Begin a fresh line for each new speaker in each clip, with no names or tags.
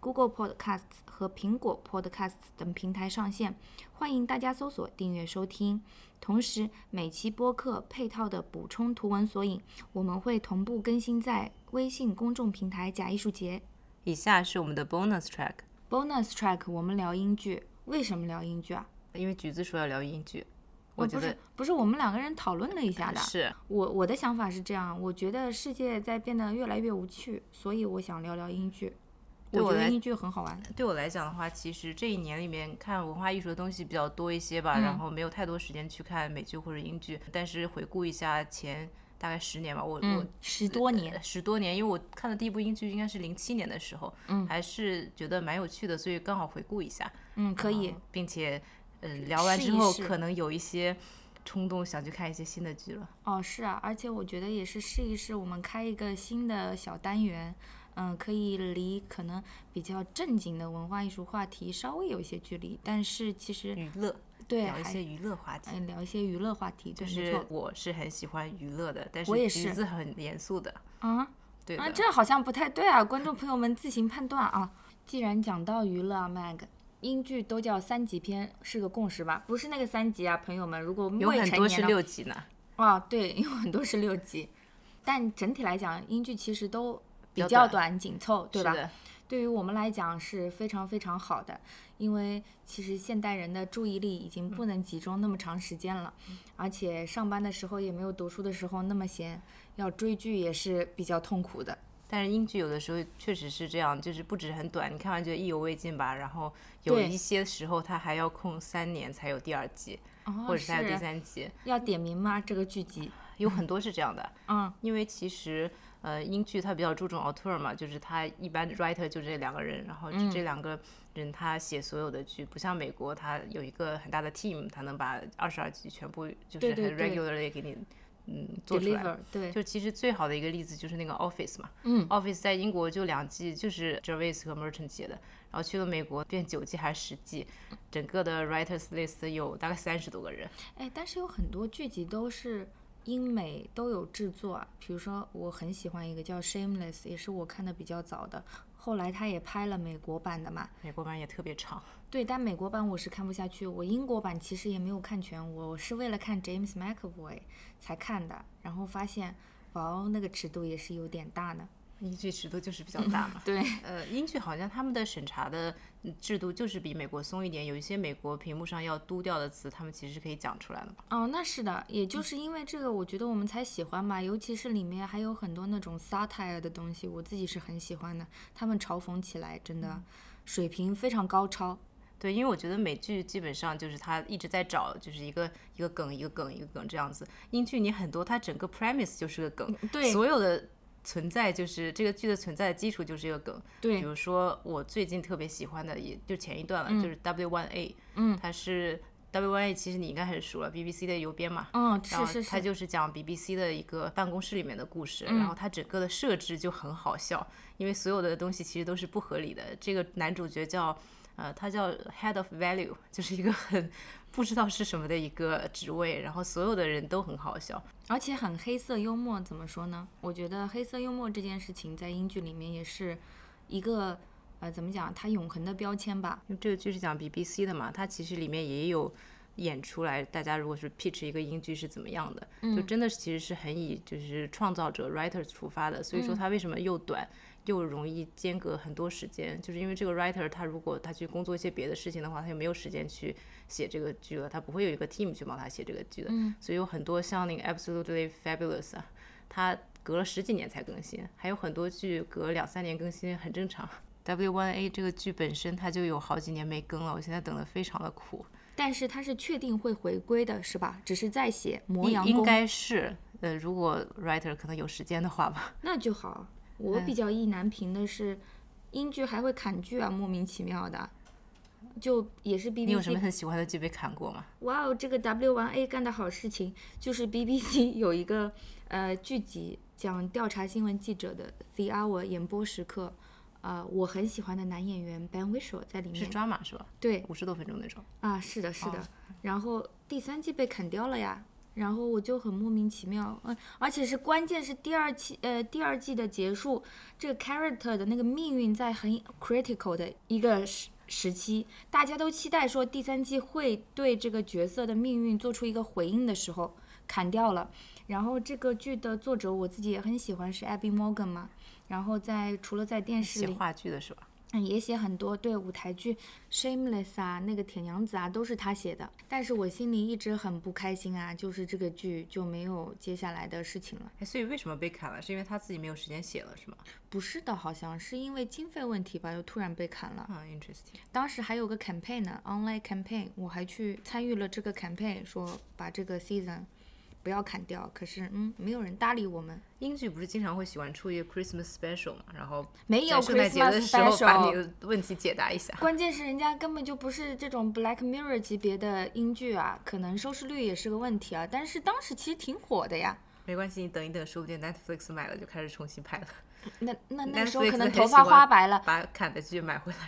Google Podcasts 和苹果 Podcasts 等平台上线，欢迎大家搜索订阅收听。同时，每期播客配套的补充图文索引，我们会同步更新在微信公众平台“假艺术节
以下是我们的 bonus track，”
bonus track。我们聊英剧，为什么聊英剧啊？
因为橘子说要聊英剧，我
呃
觉
不
得
是不是我们两个人讨论了一下的，
是
我我的想法是这样，我觉得世界在变得越来越无趣，所以我想聊聊英剧。
对
我
我
觉得
来
英剧很好玩，
对我来讲的话，其实这一年里面看文化艺术的东西比较多一些吧，
嗯
然后没有太多时间去看美剧或者英剧，但是回顾一下前大概十年吧，我、我
嗯，十多年，
十多年，因为我看的第一部英剧应该是零七年的时候，
嗯
还是觉得蛮有趣的，所以刚好回顾一下，
嗯，可以
嗯，并且呃聊完
试
之
一
后
试
可能有一些冲动想去看一些新的剧了。
哦，是啊，而且我觉得也是试一试，我们开一个新的小单元，嗯，可以离可能比较正经的文化艺术话题稍微有一些距离，但是其实
娱乐，
对，
嗯聊一些
还
娱乐话题。
嗯聊一些娱乐话题，对，
就
没
是
错，
我是很喜欢娱乐的，但是
我也
橘
是
子很严肃的，
啊。
对的。
啊，这好像不太对啊，观众朋友们自行判断啊。既然讲到娱乐啊，Mag，英剧都叫三级片，是个共识吧？不是那个三级啊，朋友们，如果
有
未
很
成
多
年
是
的
六级呢，
啊，对，有很多是六级，但整体来讲，英剧其实都比
较
较
短
短紧凑，对吧
是？的
对于我们来讲是非常非常好的，因为其实现代人的注意力已经不能集中那么长时间了，
嗯
而且上班的时候也没有读书的时候那么闲，要追剧也是比较痛苦的。
但是英剧有的时候确实是这样，就是不止很短，你看完觉得意犹未尽吧，然后有
对
一些时候它还要空三年才有第二季，
哦，
或者才有第
是
三季，
要点名吗？这个剧集？
有很多是这 样的。
嗯，
因为其实呃，英剧它比较注重 auteur 嘛，就是它一般 writer 就这两个人，然后就
嗯
这两个人他写所有的剧，不像美国，它有一个很大的 team，它能把二十二集全部就是
对对
很
对
regular 的给你嗯做出来。
deliver 对，
就其实最好的一个例子就是那个 Office 嘛，
嗯
，Office 在英国就两季，就是 Gervais 和 Merchant 写的，然后去了美国变九季还是十季，整个的 writers list 有大概三十多个人，
哎，但是有很多剧集都是英美都有制作啊，比如说我很喜欢一个叫《Shameless》，也是我看的比较早的，后来他也拍了美国版的嘛。
美国版也特别长，
对，但美国版我是看不下去，我英国版其实也没有看全，我是为了看 James McAvoy 才看的，然后发现，哇哦，那个尺度也是有点大呢。
英剧尺度就是比较大嘛。
嗯对，
呃，英剧好像他们的审查的嗯制度就是比美国松一点，有一些美国屏幕上要嘟掉的词，他们其实是可以讲出来的嘛。
哦，那是的，也
嗯
就是因为这个，我觉得我们才喜欢吧，尤其是里面还有很多那种 satire 的东西，我自己是很喜欢的。他们嘲讽起来真
嗯
的水平非常高超。
对，因为我觉得美剧基本上就是他一直在找，就是一个一个梗，一个梗，一个梗这样子。英剧你很多，它整个 premise 就是个梗，
嗯对
所有的存在就是这个剧的存在的基础就是一个梗。比
对，
如说我最近特别喜欢的，也就前一段了，就是 W One A，
嗯
它是 W One A，其实你应该很熟了，BBC 的邮编嘛。
嗯，
然
是
后
是
它
是，嗯
就是讲 BBC 的一个办公室里面的故事，然后它整个的设置就很好笑，因为所有的东西其实都是不合理的。这个男主角叫呃，他叫 Head of Value，就是一个很 不知道是什么的一个职位，然后所有的人都很好笑。
而且很黑色幽默，怎么说呢？我觉得黑色幽默这件事情在英剧里面也是一个呃，怎么讲，它永恒的标签吧。
因为这个剧是讲 BBC 的嘛，它其实里面也有演出来，大家如果是 pitch 一个英剧是怎么样的，就真的是其实是很以就是创造者 writer 出发的，所以说它为什么又短、又容易间隔很多时间，就是因为这个 writer 他如果他去工作一些别的事情的话，他就没有时间去写这个剧了，他不会有一个 team 去帮他写这个剧的，所以有很多像那个 Absolutely Fabulous 啊，它隔了十几年才更新，还有很多剧隔两三年更新很正常。W One A 这个剧本身它就有好几年没更了，我现在等的非常的苦。
但是它是确定会回归的，是吧？只是在写磨洋
应
工
应，该是，呃，如 果 writer 可能有时间的话吧。
那就好。我比较意难平的是，英剧还会砍剧啊，莫名其妙的，就也是
你有什
BBC
么很喜欢的剧被砍过吗？
哇哦，这个 W 1 A 干的好事情，就是 BBC 有一个呃剧集讲调查新闻记者的《The Hour》演播时刻，呃，我很喜欢的男演员 Ben Whishaw 在里
是
面。
drama 是吧？
对
五十多分钟那种。
啊，是的，是的。然后第三季被砍掉了呀，然后我就很莫名其妙，嗯，而且是关键是第二期呃第二季的结束，这个 character 的那个命运在很 critical 的一个时时期，大家都期待说第三季会对这个角色的命运做出一个回应的时候，砍掉了。然后这个剧的作者我自己也很喜欢，是 Abby Morgan 嘛。然后在除了在电视
写
里，
话剧的是吧？
嗯，也写很多对舞台剧《Shameless》啊，那个《铁娘子》啊，都是他写的。但是我心里一直很不开心啊，就是这个剧就没有接下来的事情了。
哎，所以为什么被砍了？是因为他自己没有时间写了是吗？
不是的，好像是因为经费问题吧，又突然被砍了。
嗯，interesting。
当时还有个 campaign 呢，online campaign，我还去参与了这个 campaign，说把这个 season 不要砍掉。可是，嗯，没有人搭理我们。
英剧不是经常会喜欢出一个 Christmas special 嘛，然后
没有
在圣诞节的
Christmas
时候把
special
你的问题解答一下。
关键是人家根本就不是这种 Black Mirror 级别的英剧啊，可能收视率也是个问题啊。但是当时其实挺火的呀。
没关系，你等一等，说不定 Netflix 买了就开始重新拍了。
那那那
Netflix
时候可能
很
头
喜
发
欢
花白了，
把砍的剧买回来，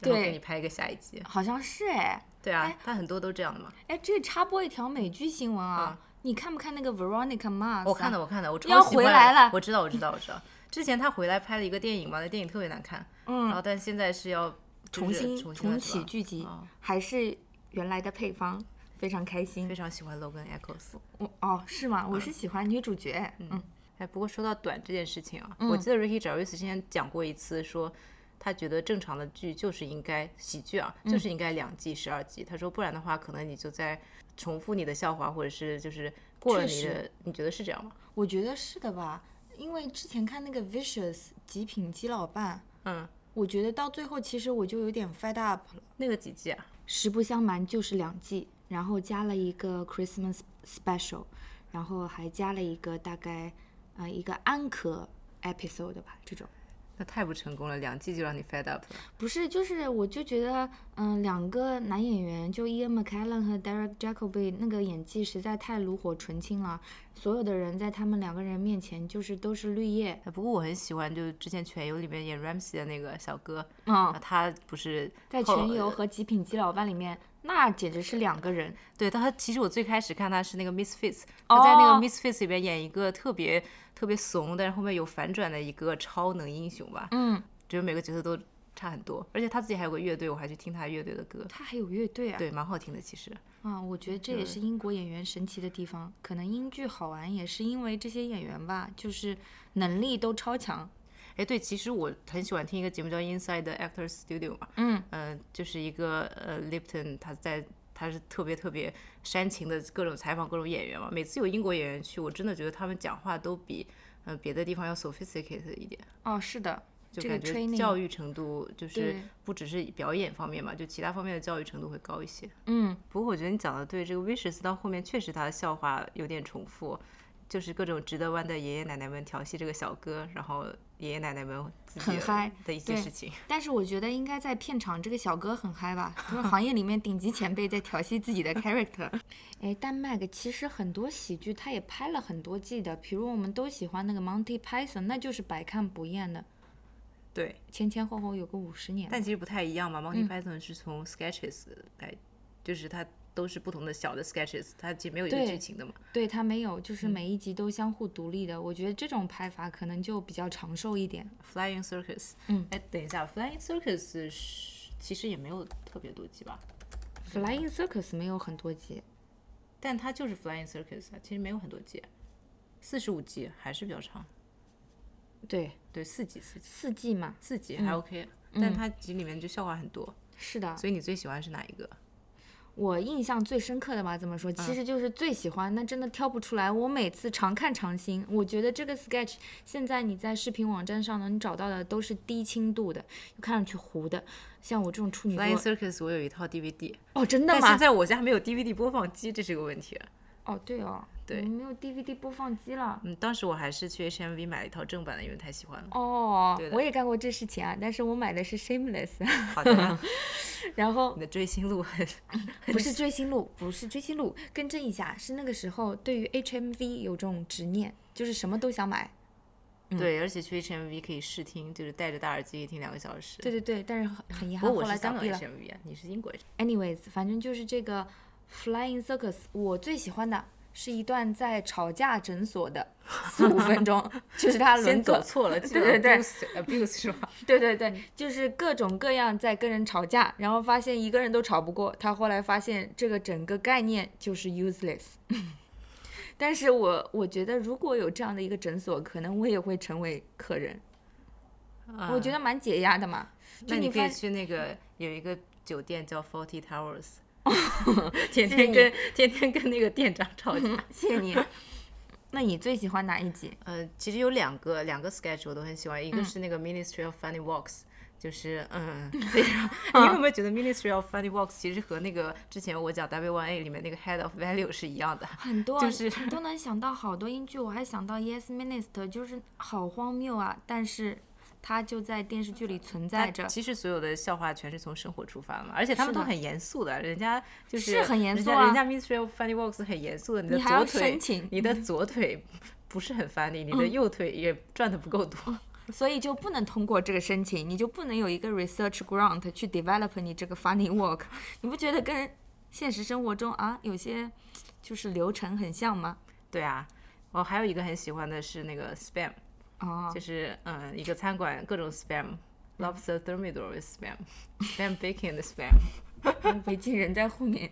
然后
对
给你拍一个下一季。
好像是哎
对啊，他很多都这样的嘛。
哎，这插播一条美剧新闻啊，
啊
你看不看那个 Veronica Mars？啊
我看了，我看了，我超
要
喜
回
欢
来了
我知道，我知道，我知道。之前他回来拍了一个电影嘛，那电影特别难看。嗯。然后，但现在是要就
重
是
新
重
重
了是
启
吧
剧集
哦，
还是原来的配方，非常开心
非。常喜欢 Logan Echoes。
我哦，是吗？
嗯
我是喜欢女主角，嗯，
哎，不过说到短这件事情啊，我记得 Ricky Gervais 之前讲过一次，说他觉得正常的剧就是应该喜剧啊，就是应该两季十二集。他说不然的话，可能你就在重复你的笑话，或者是就是过
确
了你
实
的，你觉得是这样吗？
我觉得是的吧，因为之前看那个 Vicious 极品基老伴，
嗯，
我觉得到最后其实我就有点 fed up 了。
那个几季啊？
实不相瞒，就是两季，然后加了一个 Christmas special，然后还加了一个大概呃一个安可 episode 吧，这种。
那太不成功了，两季就让你 fed up 了。
不是，就是我就觉得，嗯、两个男演员就 Ian McKellen 和 Derek Jacobi 那个演技实在太炉火纯青了，所有的人在他们两个人面前就是都是绿叶，
哎，不过我很喜欢，就是之前《全游》里面演 Ramsey 的那个小哥，
嗯
啊，他不是
在《
后
全游》和《极品基老伴》里面，那简直是两个人。
对，但他其实我最开始看他是那个 Misfits，他在那
哦
个 Misfits 里边演一个特别特别怂，但是后面有反转的一个超能英雄吧，
嗯，
就是每个角色都差很多，而且他自己还有个乐队，我还去听他乐队的歌，
他还有乐队啊。
对，蛮好听的其实。
啊，我觉得这也是英国演员神奇的地方，可能英剧好玩也是因为这些演员吧，就是能力都超强。
哎，对，其实我很喜欢听一个节目叫 Inside the Actors Studio 嘛，
嗯，
呃，就是一个呃 Lipton，他在他是特别特别煽情的各种采访各种演员嘛。每次有英国演员去，我真的觉得他们讲话都比呃别的地方要 sophisticated 一点，
哦，是的，
就
这
感
个
觉教
training，
育程度就是
对
不只是表演方面嘛，就其他方面的教育程度会高一些。
嗯，
不过我觉得你讲的对，这个 Vicious 到后面确实他的笑话有点重复。就是各种值得弯的爷爷奶奶们调戏这个小哥，然后爷爷奶奶们自己
很嗨
的一些
对
事情。
但是我觉得应该在片场这个小哥很嗨吧，就是行业里面顶级前辈在调戏自己的 character。哎，但麦克其实很多喜剧他也拍了很多季的，比如我们都喜欢那个 Monty Python，那就是百看不厌的，
对，
前前后后有个五十年。
但其实不太一样嘛。Monty
嗯
Python 是从 sketches 来，就是它都是不同的小的 sketches，它其实没有一个
对
剧情的嘛。
对，它没有，就是每一集都相互独立的。我觉得这种拍法可能就比较长寿一点。
Flying Circus，
嗯，
哎，等一下，Flying Circus 是其实也没有特别多集吧，
Flying Circus 没有很多集，
但它就是 Flying Circus，啊，其实没有很多集，四十五集还是比较长，
对，
对，四集四集
四季嘛，
四集
嗯
还 OK，、但它集里面就笑话很多。
是的。
所以你最喜欢是哪一个？
我印象最深刻的吧，这么说，
嗯
其实就是最喜欢，那真的挑不出来。我每次常看常新，我觉得这个 sketch 现在你在视频网站上能找到的都是低清度的，看上去糊的。像我这种处女
Flying
座，
Circus 我有一套 DVD，
哦，真的
但现
吗？
在我家没有 DVD 播放机，这是个问题。
哦，对哦，
对
你没有 DVD 播放机了。
嗯，当时我还是去 HMV 买了一套正版的，因为太喜欢了。
哦
对，的
我也干过这事情啊，但是我买的是 Shameless，
好的，
然后
你的追星路很
不 是追星路，不是追星路，更正一下，是那个时候对于 HMV 有种执念，就是什么都想买。嗯
对，而且去 HMV 可以试听，就是戴着大耳机听两个小时。
对，对对，但是很很遗
不
憾，
过
后
我
来
是
倒
香港
闭了。
HMV 啊，你是英国 HMV。
Anyways，反正就是这个 Flying Circus，我最喜欢的是一段在吵架诊所的四五分钟， 就是他轮
先
走
走错 了，进
对对
了
对
abuse abuse 是吧？
对对对，就是各种各样在跟人吵架，然后发现一个人都吵不过，他后来发现这个整个概念就是 useless。但是我我觉得如果有这样的一个诊所，可能我也会成为客人，我觉
得，
得蛮解压的嘛。就
那你可
发
以去那个有一个酒店叫 Forty Towers，天
谢
天
你
跟天天跟那个店长吵架。
谢谢你。那你最喜欢哪一集？
呃，其实有两个两个 sketch 我都很喜欢，一
嗯
个是那个 Ministry of Funny Walks。就是 嗯，非常你有没有觉得 Ministry of Funny Walks 其实和那个之前我讲 W One A 里面那个 Head of Value 是一样的？
很多啊
就是
你都能想到好多英剧，我还想到 Yes Minister，就是好荒谬啊！但是它就在电视剧里存在着，
其实所有的笑话全是从生活出发的嘛，而且他们
是
都
的
很严肃的，人家就是
是很严肃啊
人家人家 Mr. of Funny Works 很严肃的，你的
你还要
左腿
申请，嗯
你的左腿不是很 funny，你的右腿也赚的不够多。
所以就不能通过这个申请，你就不能有一个 research grant 去 develop 你这个 funny work。你 不觉得跟现实生活中啊有些就是流程很像吗？
对啊，我还有一个很喜欢的是那个 spam，
哦嗯
就，是嗯，一个餐馆各种 spam。Lobster thermidor with spam, spam bacon 的 spam，
维京人在后面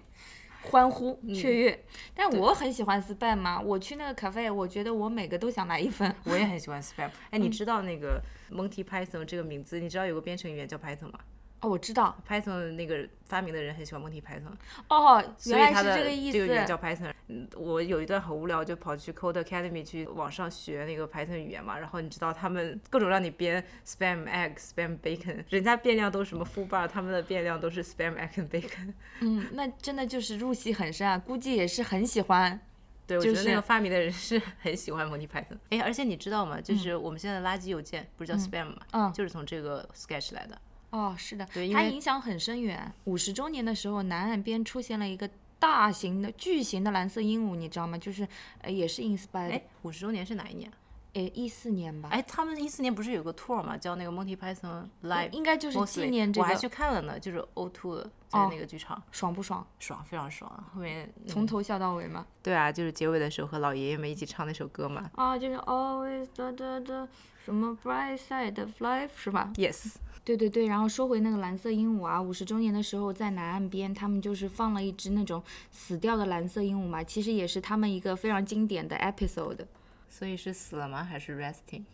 欢呼 雀跃。但我很喜欢 spam 嘛，我去那个 cafe，我觉得我每个都想买一份。
我也很喜欢 spam。哎，
嗯
你知道那个 Monty Python 这个名字？你知道有个编程语言叫 Python 吗
哦，我知道，
？Python 的那个发明的人很喜欢 Monty Python，
哦，
所
原来
以它
是
的
这个意
语言叫
思。
Python。嗯我有一段很无聊，就跑去 Code Academy 去网上学那个 Python 语言嘛。然后你知道他们各种让你编 spam egg、spam bacon，人家变量都是什么 foo bar，他们的变量都是 spam egg and bacon。
嗯，那真的就是入戏很深啊，估计也是很喜欢。
对，我
就
觉得那
是
个发明的人是很喜欢 Monty Python。哎，嗯而且你知道吗？就是我们现在的垃圾邮件不是叫 spam 吗？
嗯
就是从这个 sketch 来的。
哦，是的，
对因
它
为
影响很深远。五十周年的时候，南岸边出现了一个大型的、巨型的蓝色鹦鹉，你知道吗？就是呃，也是 inspired，
哎，五十周年是哪一年？
呃，一四年吧。
哎，他们一四年不是有个 tour 嘛，叫那个 Monty Python
那
Live，
应该就是纪
mostly
念这
哎我还
个，
去看了呢，就是 O2 的，在那个剧场。
爽不爽？
爽，非常爽。后面嗯
从头笑到尾嘛。
对啊，就是结尾的时候和老爷爷们一起唱那首歌嘛。
啊，就是 always the the the 什么 bright side of life 是吧？
Yes，
对对对，然后说回那个蓝色鹦鹉啊，五十周年的时候在南岸边，他们就是放了一只那种死掉的蓝色鹦鹉嘛，其实也是他们一个非常经典的 episode。
所以是死了吗？还是 resting？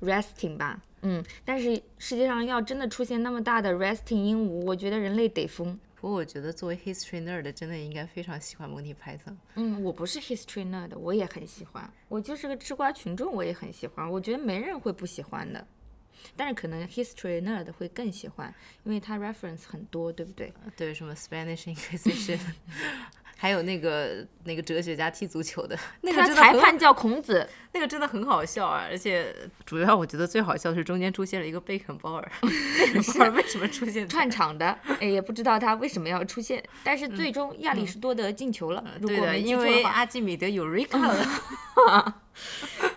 resting 吧，嗯，但是世界上要真的出现那么大的 resting 鹦鹉，我觉得人类得疯。
不过我觉得作为 history nerd，真的应该非常喜欢蒙 y 派 n
嗯，我不是 history nerd，我也很喜欢，我就是个吃瓜群众，我也很喜欢，我觉得没人会不喜欢的。但是可能 history nerd 会更喜欢，因为它 reference 很多，对不对？
对，什么 Spanish Inquisition，还有那个那个哲学家踢足球的 那个
他
真的
裁
很
判叫孔子，
那个真的很好笑啊！而且主要我觉得最好笑的是中间出现了一个贝肯 鲍尔，贝肯鲍尔为什么出现在？
串场的，哎，也不知道他为什么要出现，但是最终亚里士多德进球了，如果
对
我
的，
没记
因
错嗯的啊
为
话。
阿基米德 Eureka 了。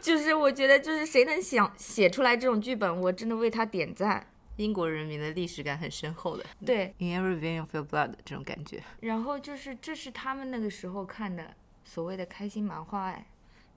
就是我觉得，就是谁能想写出来这种剧本，我真的为他点赞。
英国人民的历史感很深厚的。
对，
In every vein of your blood 这种感觉。
然后就是这是他们那个时候看的所谓的开心麻花哎，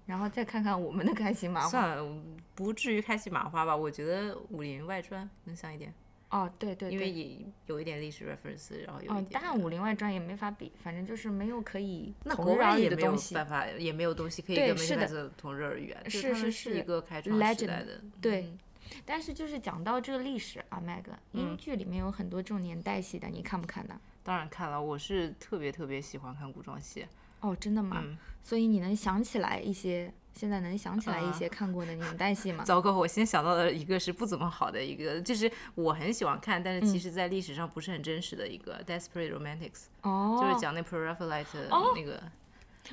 然后再看看我们的开心麻花。
算了，不至于开启麻花吧？我觉得《武林外传》能像一点，
哦，对对
因为
对，
也有一点历史 reference，然后有一
哦，
点。
当然《武林外传》也没法比，反正就是没有可以
那
同
国
日
外
而语
也
的
没有
东西。
办法，也没有东西可以
对
跟梅
是的
赛斯同日而语啊，就是他们
是
是
是
一个开创时代
legend，
的。
对
嗯，
但是就是讲到这个历史啊，Meg，英剧里面有很多这种年代戏的，你看不看呢？
当然看了，我是特别特别喜欢看古装戏。嗯
哦，真的吗？所以你能想起来一些现在能想起来
啊
一些看过的年代戏 吗？
糟糕，我先想到的一个是不怎么好的一个，就是我很喜欢看，但
嗯
是其实在历史上不是很真实的一个《Desperate Romantics》，
哦，
就是讲那 Pro-Raphaelite
哦
那个。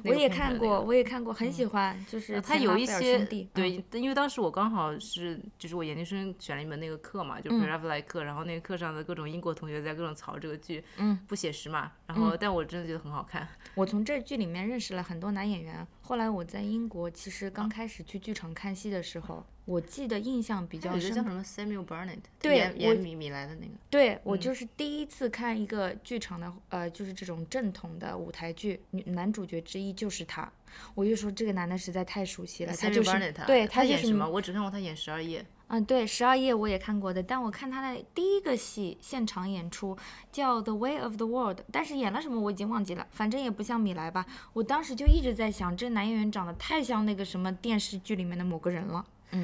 我也
那个片
看
子的那
过，
个
我也看过，很喜欢，就是
它
前
有
拉
一
斐尔
些
兄弟嗯
对，因为当时我刚好是就是我研究生选了一门那个课嘛，
嗯
就是 p r a v l i 课，然后那个课上的各种英国同学在各种槽这个剧，
嗯，
不写实嘛，然后但我真的觉得很好看，
我从这剧里面认识了很多男演员。后来我在英国，其实刚开始去剧场看戏的时候，我记得印象比
有
较
一个叫
深
什。么 Samuel Barnett，
对
演
我
演米米莱的那个，
对
嗯
我就是第一次看一个剧场的，呃，就是这种正统的舞台剧，女男主角之一就是他。我就说这个男的实在太熟悉了，他
Samuel
就是
Barnett，啊
对
他
就
演
是
什么？我只看过他演十二夜，
嗯，对，《十二夜》我也看过的，但我看他的第一个戏现场演出叫《The Way of the World》，但是演了什么我已经忘记了，反正也不像米莱吧。我当时就一直在想，这男演员长得太像那个什么电视剧里面的某个人了。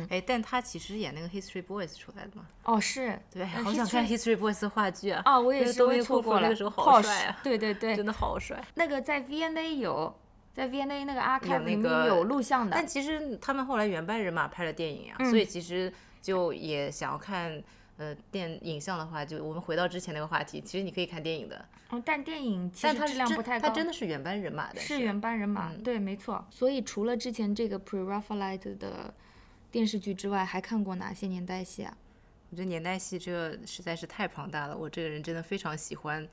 哎，但他其实演那个 History Boys 出来的嘛，
哦，是，
对，
呃
好想看
History-
History Boys 的话剧啊，
哦，我也
那个
是，
东
我也
尼
错
库弗
过了。
那个时候好
Posh，
帅啊
对对对，
真的好帅。
那个在 V&A 有，在 V&A 那个 archive
那
里面
个
有录像的。嗯
但其实他们后来原班人马拍了电影呀、啊所以其实就也想要看呃电影像的话，就我们回到之前那个话题，其实你可以看电影的，
哦但电影其实
但它
质
是
量
真
不太高。
它真的是嗯原班人马的，
是原班人马，对，没错。所以除了之前这个 Pre-Raphaelite 的电视剧之外，还看过哪些年代戏啊？
我觉得年代戏这实在是太庞大了，我这个人真的非常喜欢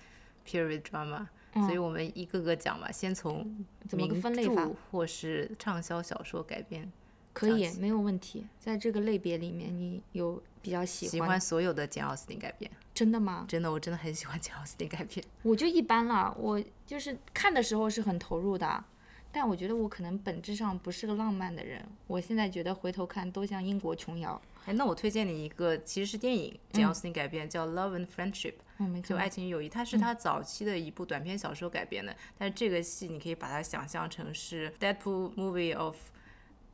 period drama，、所以我们一个个讲吧，先从
嗯怎么个
名
分类法
著或是畅销小说改编，
可以，没有问题。在这个类别里面，你有比较喜欢？
喜欢所有的简奥斯汀改编，
真的吗？
真的我真的很喜欢简奥斯汀改编。
我就一般啦，我就是看的时候是很投入的，但我觉得我可能本质上不是个浪漫的人。我现在觉得回头看都像英国琼瑶，
哎，那我推荐你一个，其实是电影，
嗯
简奥斯汀改编，叫《Love and Friendship》，
我嗯没
就
看过
爱情与友谊。它是
嗯
他早期的一部短篇小说改编的，但是这个戏你可以把它想象成是 Deadpool movie of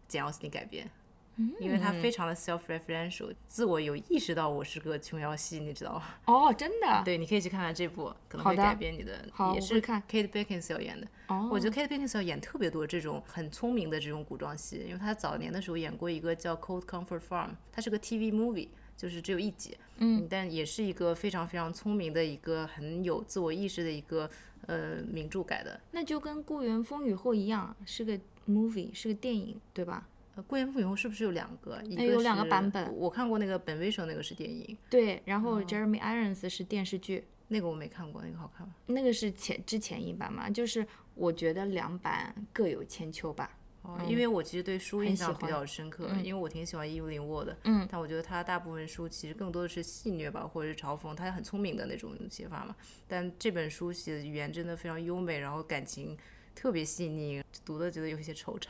简奥斯汀改编，
嗯
因为它非常的 self-referential，自我有意识到我是个琼瑶系，你知道吗？
哦，真的，
对，你可以去看看这部，可能
好
会
的
改变你的，
好我
也
会
是
看
Kate Beckinsale 演的。
哦
我觉得 Kate Beckinsale 演特别多这种很聪明的这种古装戏，因为她早年的时候演过一个叫《Cold Comfort Farm》，它是个 TV movie，就是只有一集，嗯，但也是一个非常非常聪明的一个很有自我意识的一个呃名著改的。
那就跟《故园风雨后》一样，是个 movie，是个电影，对吧？
呃，《贵人风雨后》是不是有两个？一
哎
个
有两个
是
版本
我看过那个本威 i 那个是电影，
对，然后 Jeremy Irons 是电视剧，
那个我没看过，那个好看吗？
那个是前之前一版嘛，就是我觉得两版各有千秋吧。
哦，因为我其实对书印象
喜
比
欢
较深刻，因为我挺喜欢伊芙琳沃的，
嗯，
但我觉得她大部分书其实更多的是戏谑吧，或者是嘲讽，她很聪明的那种写法嘛。但这本书写的语言真的非常优美，然后感情特别细腻，读的觉得有一些惆怅。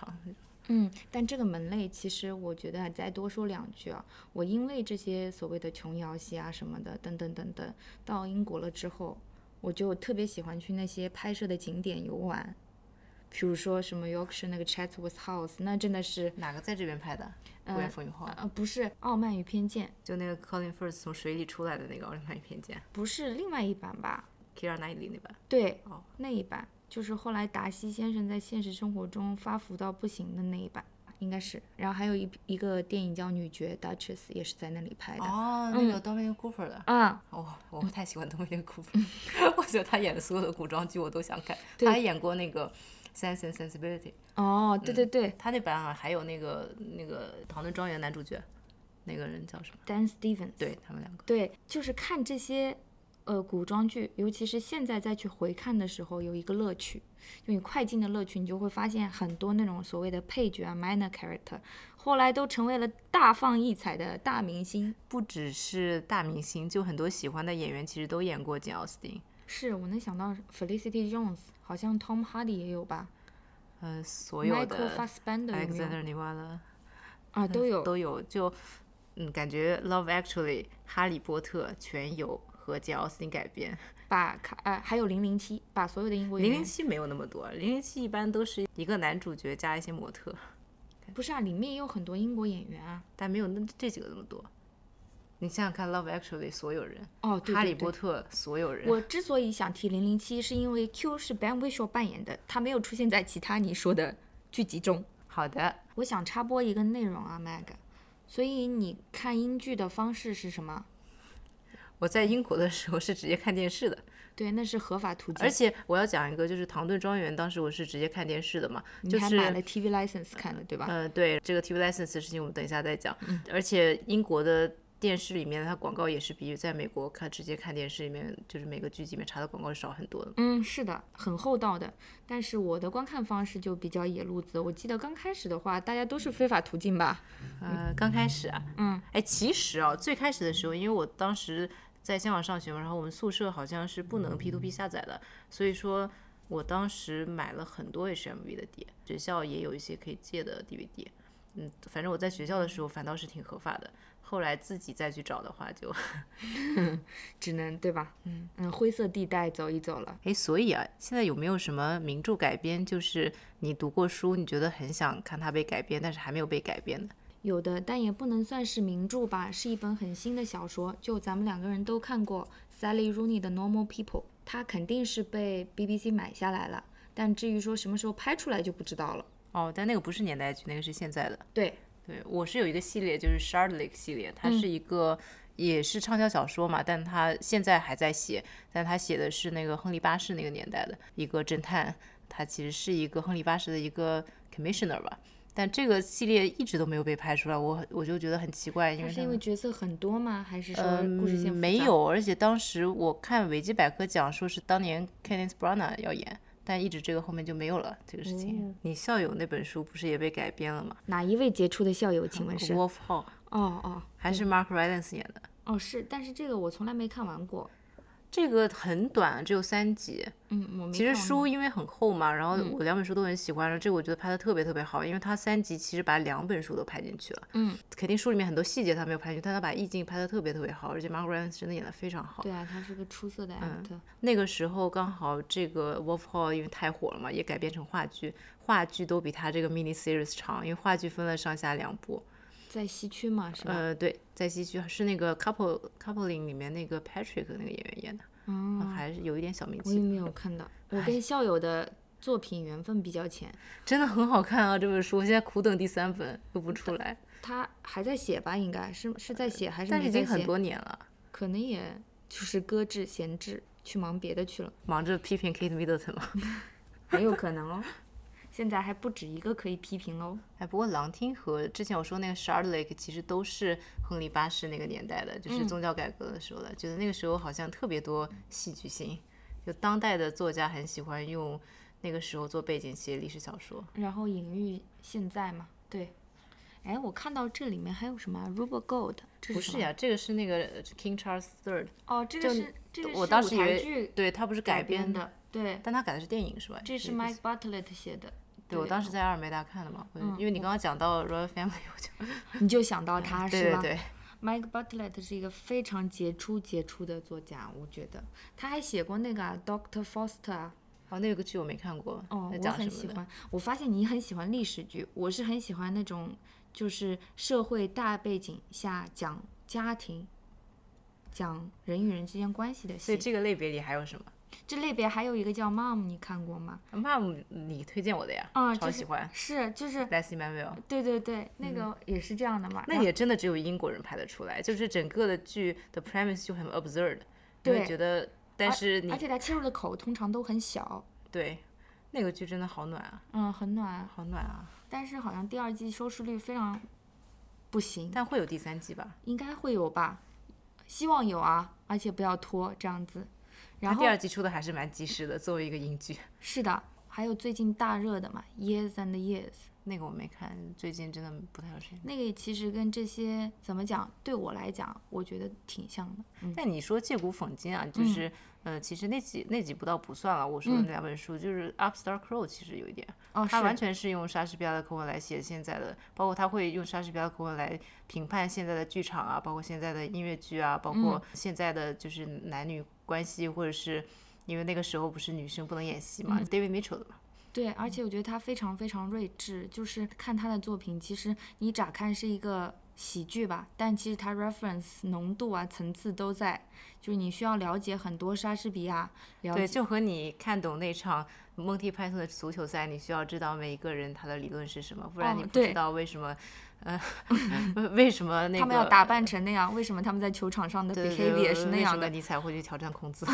嗯，但这个门类其实我觉得再多说两句啊，我因为这些所谓的琼瑶戏啊什么的，等等等等，到英国了之后，我就特别喜欢去那些拍摄的景点游玩，比如说什么 Yorkshire 那个 Chatsworth House，那真的是
哪个在这边拍的？《贵人风雨后》
呃不是《傲慢与偏见》，
就那个 Colin Firth 从水里出来的那个《傲慢与偏见
不是另外一版吧？》
，Kira Knightley 那版。
对，
哦
那一版就是后来达西先生在现实生活中发福到不行的那一版，应该是。然后还有一一个电影叫《女爵 Duchess》，也是在那里拍的。
哦，那个 Dominic Cooper 的。
啊，
哦，我不太喜欢东野圭吾， 我觉得他演的所有的古装剧我都想看。他还演过那个《Sense and Sensibility》，
哦，
嗯
对对对、
他那版好像还有那个那个《唐顿庄园》男主角，那个人叫什么？
d a n Stevens，
对他们两个，
对，就是看这些呃古装剧，尤其是现在再去回看的时候，有一个乐趣，就你快进的乐趣，你就会发现很多那种所谓的配角啊、minor character，后来都成为了大放异彩的大明星。
不只是大明星，就很多喜欢的演员其实都演过简奥斯汀。
是我能想到 Felicity Jones，好像 Tom Hardy 也有吧。
呃，所有
Michael
的
Fassbender 有没有
Alexander Nivala
啊？都有
都有，就嗯，感觉《Love Actually》《哈利波特》全游和简奥斯汀改编。
把卡呃，还有零零七，把所有的英国演
零
员
零七没有那么多，零零七一般都是一个男主角加一些模特，
不是啊，里面也有很多英国演员啊。
但没有那这几个那么多。你想想看，《Love Actually》所有人，
哦，对
哈
对
利
对
波特》所有人，
我之所以想提零零七，是因为 Q 是 Ben Whishaw 扮演的，他没有出现在其他你说的剧集中。
好的，
我想插播一个内容啊，Mag。所以你看英剧的方式是什么？
我在英国的时候是直接看电视的，
对，那是合法途径。
而且我要讲一个，就是《唐顿庄园》，当时我是直接看电视的嘛，
你
就
还买
是
了 TV license 看的，对吧？
嗯，对这个 TV license 的事情，我们等一下再讲。
嗯
而且英国的电视里面，它广告也是比在美国看直接看电视里面，就是每个剧集里面插的广告少很多的。
嗯，是的，很厚道的。但是我的观看方式就比较野路子。我记得刚开始的话，大家都是非法途径吧？
呃，刚开始啊，嗯，哎，其实啊，最开始的时候，因为我当时在香港上学嘛，然后我们宿舍好像是不能 P to P 下载的，所以说我当时买了很多 HMV 的碟，学校也有一些可以借的 DVD。嗯，反正我在学校的时候反倒是挺合法的，后来自己再去找的话就
只能对吧？嗯嗯，灰色地带走一走了。
哎，所以啊，现在有没有什么名著改编，就是你读过书，你觉得很想看它被改编，但是还没有被改编的？
有的，但也不能算是名著吧，是一本很新的小说，就咱们两个人都看过 Sally Rooney 的《Normal People》，它肯定是被 BBC 买下来了。但至于说什么时候拍出来就不知道了。
哦，但那个不是年代剧，那个是现在的。
对，
对，我是有一个系列，就是 Charlotte 系列，它
嗯
是一个、也是畅销小说嘛，但它现在还在写，但它写的是那个亨利八世那个年代的一个侦探，他其实是一个亨利八世的一个 commissioner 吧。但这个系列一直都没有被拍出来，我我就觉得很奇怪，因为
是
它
因为角色很多吗？还是说故事线、
嗯没？有，而且当时我看维基百科讲说是当年 Kenneth Branagh 要演，但一直这个后面就没有了这个事
哦
情。你校友那本书不是也被改编了吗
哪一位杰出的校友？请问是？哦
？Wolf Hall
哦
还是 Mark Rylance 演的？
哦，是，但是这个我从来没看完过。
这个很短，只有三集。
嗯，我没
其实
看完嗯
书因为很厚嘛，然后我两本书都很喜欢，这个我觉得拍的特别特别好，因为它三集其实把两本书都拍进去了。
嗯，
肯定书里面很多细节他没有拍进去，但他把意境拍的特别特别好，而且 Mark Rylance 真的演的非常好。
对啊，他是个出色的
嗯
actor，、
那个时候刚好这个《Wolf Hall》因为太火了嘛，也改编成话剧，话剧都比它这个 mini series 长，因为话剧分了上下两部。
在西区嘛，是吧？
呃，对，在西区是那个 couple coupling 里面那个 Patrick 那个演员演的，嗯还是有一点小名
我也
气，
没有看到。我跟校友的作品缘分比较浅，
真的很好看啊！这本书我现在苦等第三本又不出来，
他还在写吧？应该是是在写还是
但是
没
已
在
经很
写？
多年了，
可能也就是搁置闲置，去忙别的去了，
忙着批评 Kate Middleton 嘛。
很有可能哦。现在还不止一个可以批评哦喽。
哎，不过狼厅和之前我说那个 Charlotte 其实都是亨利八世那个年代的，就是宗教改革的时候的，觉得那个时候好像特别多戏剧性，就当代的作家很喜欢用那个时候做背景写历史小说。
然后隐喻现在嘛，对。哎，我看到这里面还有什么啊 Rubber Gold？这
不
什
是
么
呀，这个是那个呃 King Charles III，
哦，这个是这个是
我当
舞
时以
台
为
剧
对他不是改
编
编，
的，对，
但他改的是电影是吧？
这是
一个
Mike Bartlett 写的。
对我当
哦
时在阿尔梅达看的嘛，我就
嗯
因为你刚刚讲到 Royal Family，我就
你就想到他
对
啊是
对
吧
对，
？Mike Bartlett 是一个非常杰出杰出的作家，我觉得他还写过那个、啊、Doctor Foster 啊，
哦，那个剧我没看过，
哦，
在
我
讲什
很
么
喜
的？
欢。我发现你很喜欢历史剧，我是很喜欢那种就是社会大背景下讲家庭、讲人与人之间关系的
所以
戏。
这个类别里还有什么？
这类别还有一个叫《Mom》，你看过吗？
Mom，你推荐我的呀，
啊、
超
就是
喜欢。
是就是，
Leslie Manville，
对对对，那个也是这样的嘛。
嗯那
然后
也真的只有英国人拍得出来，就是整个的剧的 premise 就很 absurd，你
对
会觉得，但是你
而且他切入的口通常都很小，
对那个剧真的好暖啊，
嗯，很暖。
好暖啊！
但是好像第二季收视率非常不行，
但会有第三季吧？
应该会有吧？希望有啊，而且不要拖这样子。然
它
后
第二季出的还是蛮及时的，作为一个英剧，
是的，还有最近大热的嘛，《Years and Years》
那个我没看，最近真的不太有时间。
那个其实跟这些怎么讲，对我来讲，我觉得挺像的。嗯，
但你说借古讽今啊，就是、呃，其实那几那几部倒不算了，我说的那两本书、就是 Upstart Crow，其实有一点。
哦，
他
嗯是
完全是用莎士比亚的口吻来写现在的，包括他会用莎士比亚的口吻来评判现在的剧场啊，包括现在的音乐剧啊，包
嗯
括现在的就是男女关系，或者是因为那个时候不是女生不能演戏嘛、
嗯
d a v i d Mitchell 的嘛，
对，
嗯
而且我觉得他非常非常睿智，就是看他的作品，其实你乍看是一个喜剧吧，但其实它 reference 浓度啊、层次都在，就是你需要了解很多莎士比亚，了
对，
解
就和你看懂那场蒙蒂派特的足球赛，你需要知道每一个人他的理论是什么，不然
哦
你不
对
知道为什么， 呃，为什么那个
他们要打扮成那样，为什么他们在球场上的
对对
behavior 是那
为什
样
么
的？
你才会去挑战孔 子？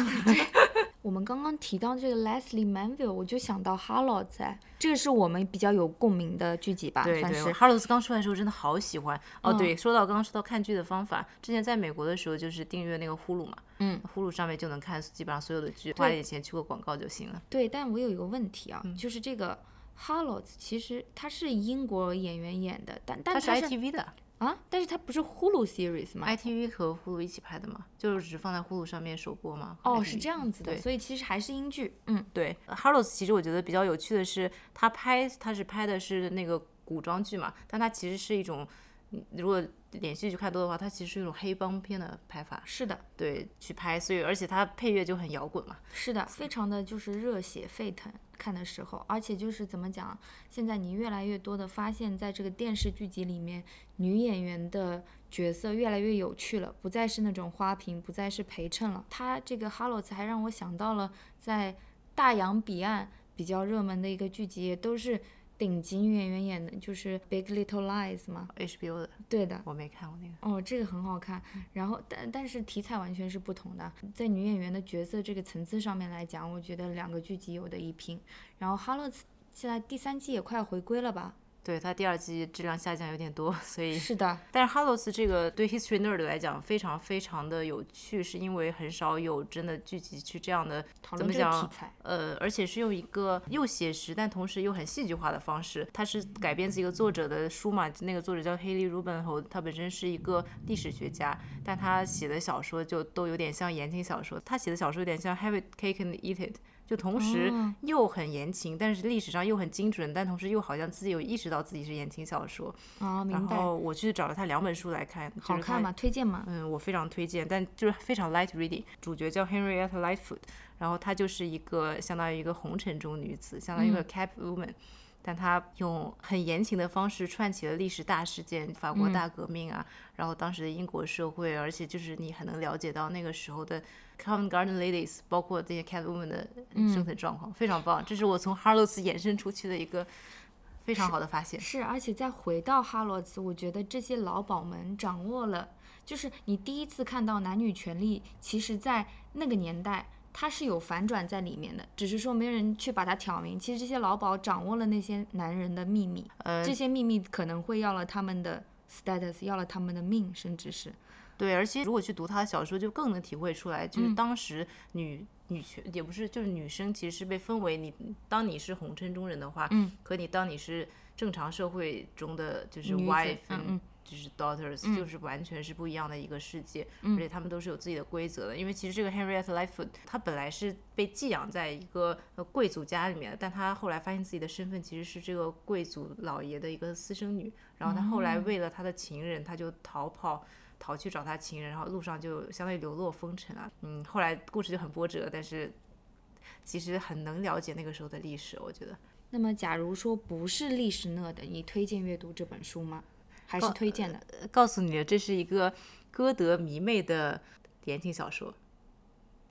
我们刚刚提到这个 Leslie Manville，我就想到 Harlow 在，这个是我们比较有共鸣的剧集吧，
对
算
对，
是。
哈罗斯刚出来的时候真的好喜欢哦。
嗯
对，说到刚刚说到看剧的方法，之前在美国的时候就是订阅那个呼噜嘛，
嗯，
呼噜上面就能看基本上所有的剧，花点钱去个广告就行了。
对，但我有一个问题啊，
嗯
就是这个 Harlow 其实他是英国演员演的，但但
它
他
ITV 的
啊，但是他不是 Hulu series 吗？
，ITV 和呼噜一起拍的嘛，就是只放在呼噜上面首播嘛。
哦，
ITV
是这样子的，
对
所以其实还是英剧，嗯，
对 h a r l o s 其实我觉得比较有趣的是，他拍他是拍的是那个古装剧嘛，但它其实是一种，嗯如果连续剧看多的话，它其实是一种黑帮片的拍法，
是的，
对，去拍，所以而且它配乐就很摇滚嘛，
是的，非常的就是热血沸腾。看的时候，而且就是怎么讲啊，现在你越来越多的发现，在这个电视剧集里面，女演员的角色越来越有趣了，不再是那种花瓶，不再是陪衬了。她这个哈罗兹还让我想到了在大洋彼岸比较热门的一个剧集，也都是顶级女演员演的，就是《Big Little Lies》嘛。
HBO 的，
对的，
我没看过那个。
哦，这个很好看。
嗯
然后，但但是题材完全是不同的，在女演员的角色这个层次上面来讲，我觉得两个剧集有的一拼。然后《哈洛茨》现在第三季也快回归了吧？
对它第二季质量下降有点多，所以
是的，
但是 h a l o s 这个对 History Nerd 来讲非常非常的有趣，是因为很少有真的剧集去这样的
讨
怎
论
么
这个
讲
题材。
呃，而且是用一个又写实但同时又很戏剧化的方式，它是改编自一个作者的书嘛，那个作者叫 Haley Rubenhold，他本身是一个历史学家，但他写的小说就都有点像言情小说，他写的小说有点像 Have it cake and eat it。就同时
哦
又很言情，但是历史上又很精准，但同时又好像自己有意识到自己是言情小说。
啊、明
然
白。
后我去找了他两本书来看，就是
好看
他
嘛？推荐嘛？
嗯，我非常推荐，但就是非常 light reading。主角叫 Henrietta Lightfoot，然后她就是一个相当于一个红尘中女子，相当于一
嗯
个 cap woman，、但她用很言情的方式串起了历史大事件，法国
嗯
大革命啊，然后当时的英国社会，而且就是你很能了解到那个时候的 Covent Garden ladies，包括这些 cat woman 的
嗯
生存状况，非常棒。这是我从 Harlots 衍生出去的一个非常好的发现。
是，而且再回到哈罗兹，我觉得这些老鸨们掌握了，就是你第一次看到男女权利，其实，在那个年代。它是有反转在里面的，只是说没人去把它挑明。其实这些老鸨掌握了那些男人的秘密，
呃
这些秘密可能会要了他们的 status，要了他们的命，甚至是
对，而且如果去读他的小说，就更能体会出来，
嗯
就是当时女、女权也不是，就是女生其实是被分为你，当你是红尘中人的话，
嗯，
和你当你是正常社会中的就是
女子
wife，
嗯
and
嗯
就是 daughters，、就是完全是不一样的一个世界，
嗯
而且他们都是有自己的规则的。因为其实这个 Henrietta Lightfoot，她本来是被寄养在一个呃贵族家里面的，但她后来发现自己的身份其实是这个贵族老爷的一个私生女。然后她后
哦
来为了她的情人，她就逃跑。逃去找她情人，然后路上就相当于流落风尘啊。嗯，后来故事就很波折，但是其实很能了解那个时候的历史，我觉得。
那么，假如说不是历史热的，你推荐阅读这本书吗？还是推荐的？
告诉你了，这是一个歌德迷妹的言情小说，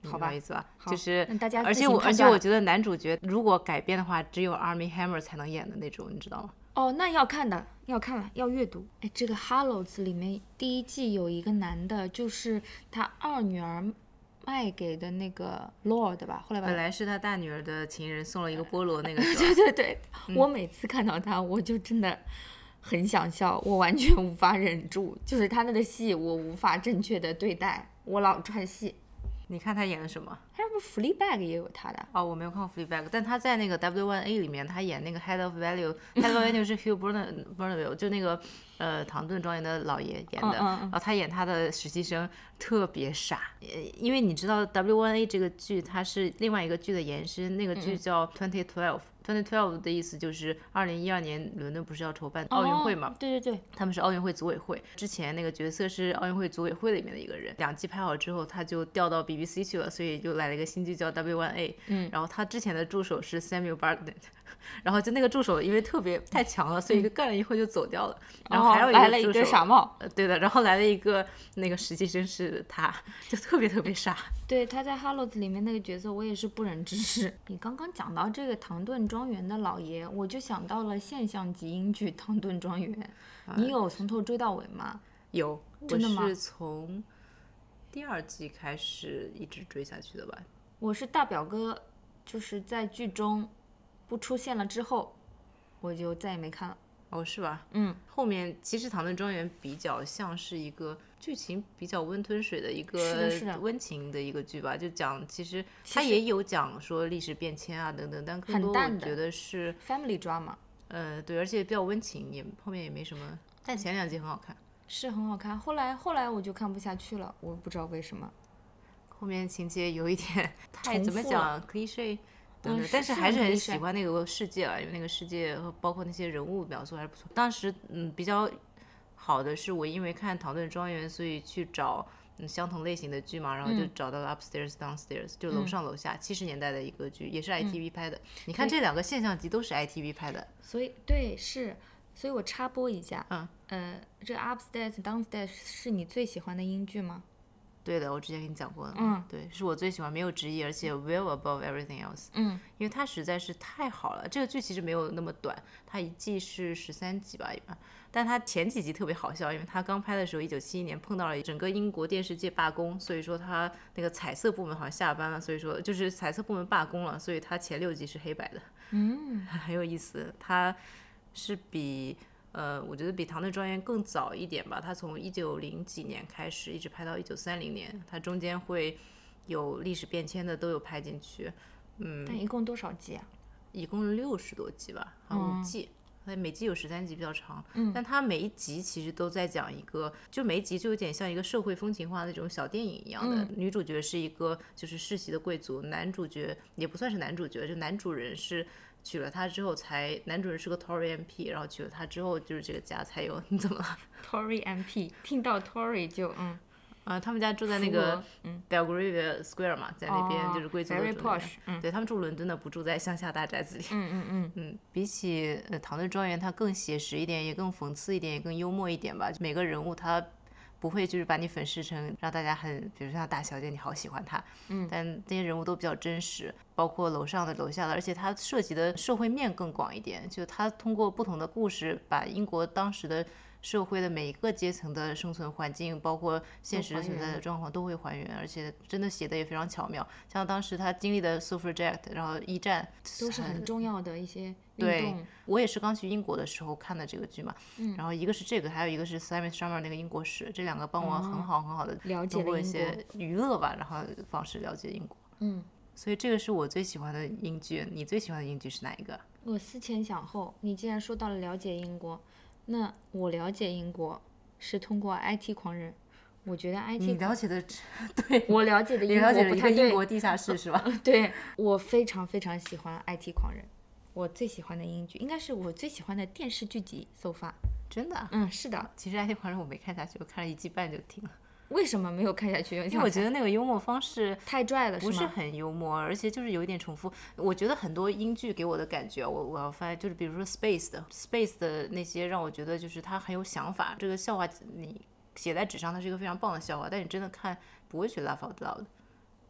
你
好
明白
吧
我意思吧？
好
就是
那大家
而
自
且
行
我
判
而且
断
我
了
觉得男主角如果改编的话，只有 Army Hammer 才能演的那种，你知道吗？
哦，那要看的，要看了，要阅读。哎，这个《Hallows》里面第一季有一个男的，就是他二女儿卖给的那个 Lord 吧，后来把
本来是他大女儿的情人送了一个菠萝，那个 是
对
吧
对对，
嗯
我每次看到他，我就真的很想笑，我完全无法忍住，就是他那个戏，我无法正确的对待，我老串戏。
你看他演的什么？
他是不是《Fleabag》也有他的？
哦，我没有看过《Fleabag》，但他在那个 W1A 里面，他演那个 Head of Value，Head of Value 是 Hugh Burn Burnville，就那个呃唐顿庄园的老爷演
嗯
的，
嗯嗯
然后他演他的实习生，特别傻，呃
嗯
因为你知道 W1A 这个剧它是另外一个剧的延伸，那个剧叫 Twenty Twelve， Twenty Twelve 的意思就是二零一二年伦敦不是要筹办奥运会嘛？
哦对对对，
他们是奥运会组委会，之前那个角色是奥运会组委会里面的一个人。两季拍好之后，他就调到 BBC 去了，所以又来了一个新剧叫 W1A。嗯，然后他之前的助手是 Samuel Bartlett，然后 就那个助手因为特别太强了，所以干了一会就走掉了。然后还有
嗯哦来了
一
一
个助
个
手
傻帽，
呃对的，然后来了一个那个实习生是他，就特别特别傻。
对，他在《哈罗子》里面那个角色，我也是不忍直视。你刚刚讲到这个唐顿庄园的老爷，我就想到了现象级英剧《唐顿庄园》，你有从头追到尾吗？
有，我
真的吗
是从第二季开始一直追下去的吧？
我是大表哥，就是在剧中不出现了之后，我就再也没看了。
哦，是吧？
嗯，
后面其实《唐顿庄园》比较像是一个剧情比较温吞水的一个
是的是的
温情的一个剧吧，就讲其实它
实
也有讲说历史变迁啊等等，但更
很
多
淡的
我觉得是
Family drama
呃对，而且比较温情，也后面也没什么，但前两集很好看，
是很好看，后来后来我就看不下去了，我不知道为什么。
后面情节有一 点太
重
怎么
复
讲 cliche。等
嗯
等
是，
但是
是
还
很
是很
cliché
喜欢那个世界啊，因为那个世界和包括那些人物描述还是不错。当时嗯比较好的是我因为看《唐顿庄园》，所以去找嗯相同类型的剧嘛，然后
嗯
就找到了 Upstairs Downstairs，就楼上楼下，七十年代的一个剧，也
嗯
是 ITV 拍的。你看这两个现象级都是 ITV 拍的，
所以对是，所以我插播一下，
嗯，
呃，这 Upstairs Downstairs 是你最喜欢的英剧吗？
对的，我之前跟你讲过的
嗯
嘛，对，是我最喜欢，没有之一，而且 well above everything else，
嗯，
因为它实在是太好了。这个剧其实没有那么短，它一季是十三集吧，一般，但它前几集特别好笑，因为它刚拍的时候，一九七一年碰到了整个英国电视界罢工，所以说它那个彩色部门好像下班了，所以说就是彩色部门罢工了，所以它前六集是黑白的， 嗯，很有意思，它是比。呃，我觉得比《唐顿庄园》更早一点吧。它从一九零几年开始，一直拍到一九三零年，它中间会有历史变迁的都有拍进去，
但一共多少集啊？
一共六十多集吧，好像
嗯
五季。它每季有十三集，比较长。但它每一集其实都在讲一个，就每一集就有点像一个社会风情化那种小电影一样
嗯
的。女主角是一个就是世袭的贵族，男主角也不算是男主角，就男主人是娶了她之后才，男主人是个 Tory MP，然后娶了她之后就是这个家才有。你怎么了？
Tory MP，听到 Tory 就嗯，
啊，他们家住在那
福
个嗯
罗
Belgravia Square 嘛，在那边
哦
就是贵族的
，very
住那边
posh，嗯
对他们住伦敦的，不住在乡下大宅子里。
嗯嗯嗯，
嗯，比起呃《唐顿庄园》，它更写实一点，也更讽刺一点，也更幽默一点吧。每个人物他不会就是把你粉饰成让大家很，比如像大小姐，你好喜欢她。嗯，但这些人物都比较真实，包括楼上的、楼下的，而且它涉及的社会面更广一点，就它通过不同的故事，把英国当时的。社会的每一个阶层的生存环境，包括现
都
实
还
存在
原
的
了
状况都会还原，而且真的写的也非常巧妙。像当时他经历的 suffragette，然后一战，
都是很重要的一些运
对
动。，
我也是刚去英国的时候看的这个剧嘛。
嗯
然后一个是这个，还有一个是 Simon Summer 那个英国史，这两个帮我很好很好的
哦了解
通过
了
一
英
些娱乐吧，然后方式了解英国。
嗯，
所以这个是我最喜欢的英剧。你最喜欢的英剧是哪一个？
我思前想后，你既然说到了了解英国，那我了解英国是通过 IT 狂人。我觉得 IT，
你了解的，对
我了 解的
嗯你
英
了解
国
了
不
一个
太
英
对，
国 地下室是吧？
对我非常非常喜欢 IT 狂人。我最喜欢的英剧应该是我最喜欢的电视剧集，so far。
真的啊。
嗯，是的。
其实《爱情狂人》我没看下去，我看了一季半就停了，
为什么没有看下去？
因为我觉得那个幽默方式
太拽了，
不是
吗？
很幽默，而且就是有一点重复。我觉得很多英剧给我的感觉，我我要发现就是，比如说 Space 的 Space 的那些，让我觉得就是他很有想法。这个笑话你写在纸上，它是一个非常棒的笑话，但你真的看不会去 laugh out loud，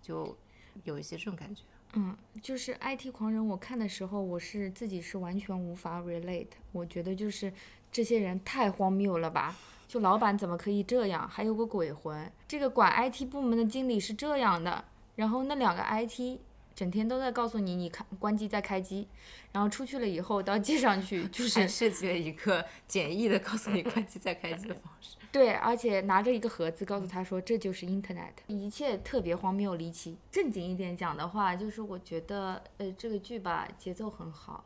就有一些这种感觉。
嗯，就是 IT 狂人，我看的时候，我是自己是完全无法 relate。我觉得就是这些人太荒谬了吧？就老板怎么可以这样？还有个鬼魂，这个管 IT 部门的经理是这样的，然后那两个 IT 整天都在告诉你，你看关机再开机，然后出去了以后到街上去就是
还设计了一个 简易的告诉你关机再开机的方式。
对，而且拿着一个盒子，告
嗯
诉他说这就是 Internet，一切特别荒谬离奇。正经一点讲的话，就是我觉得，呃，这个剧吧节奏很好，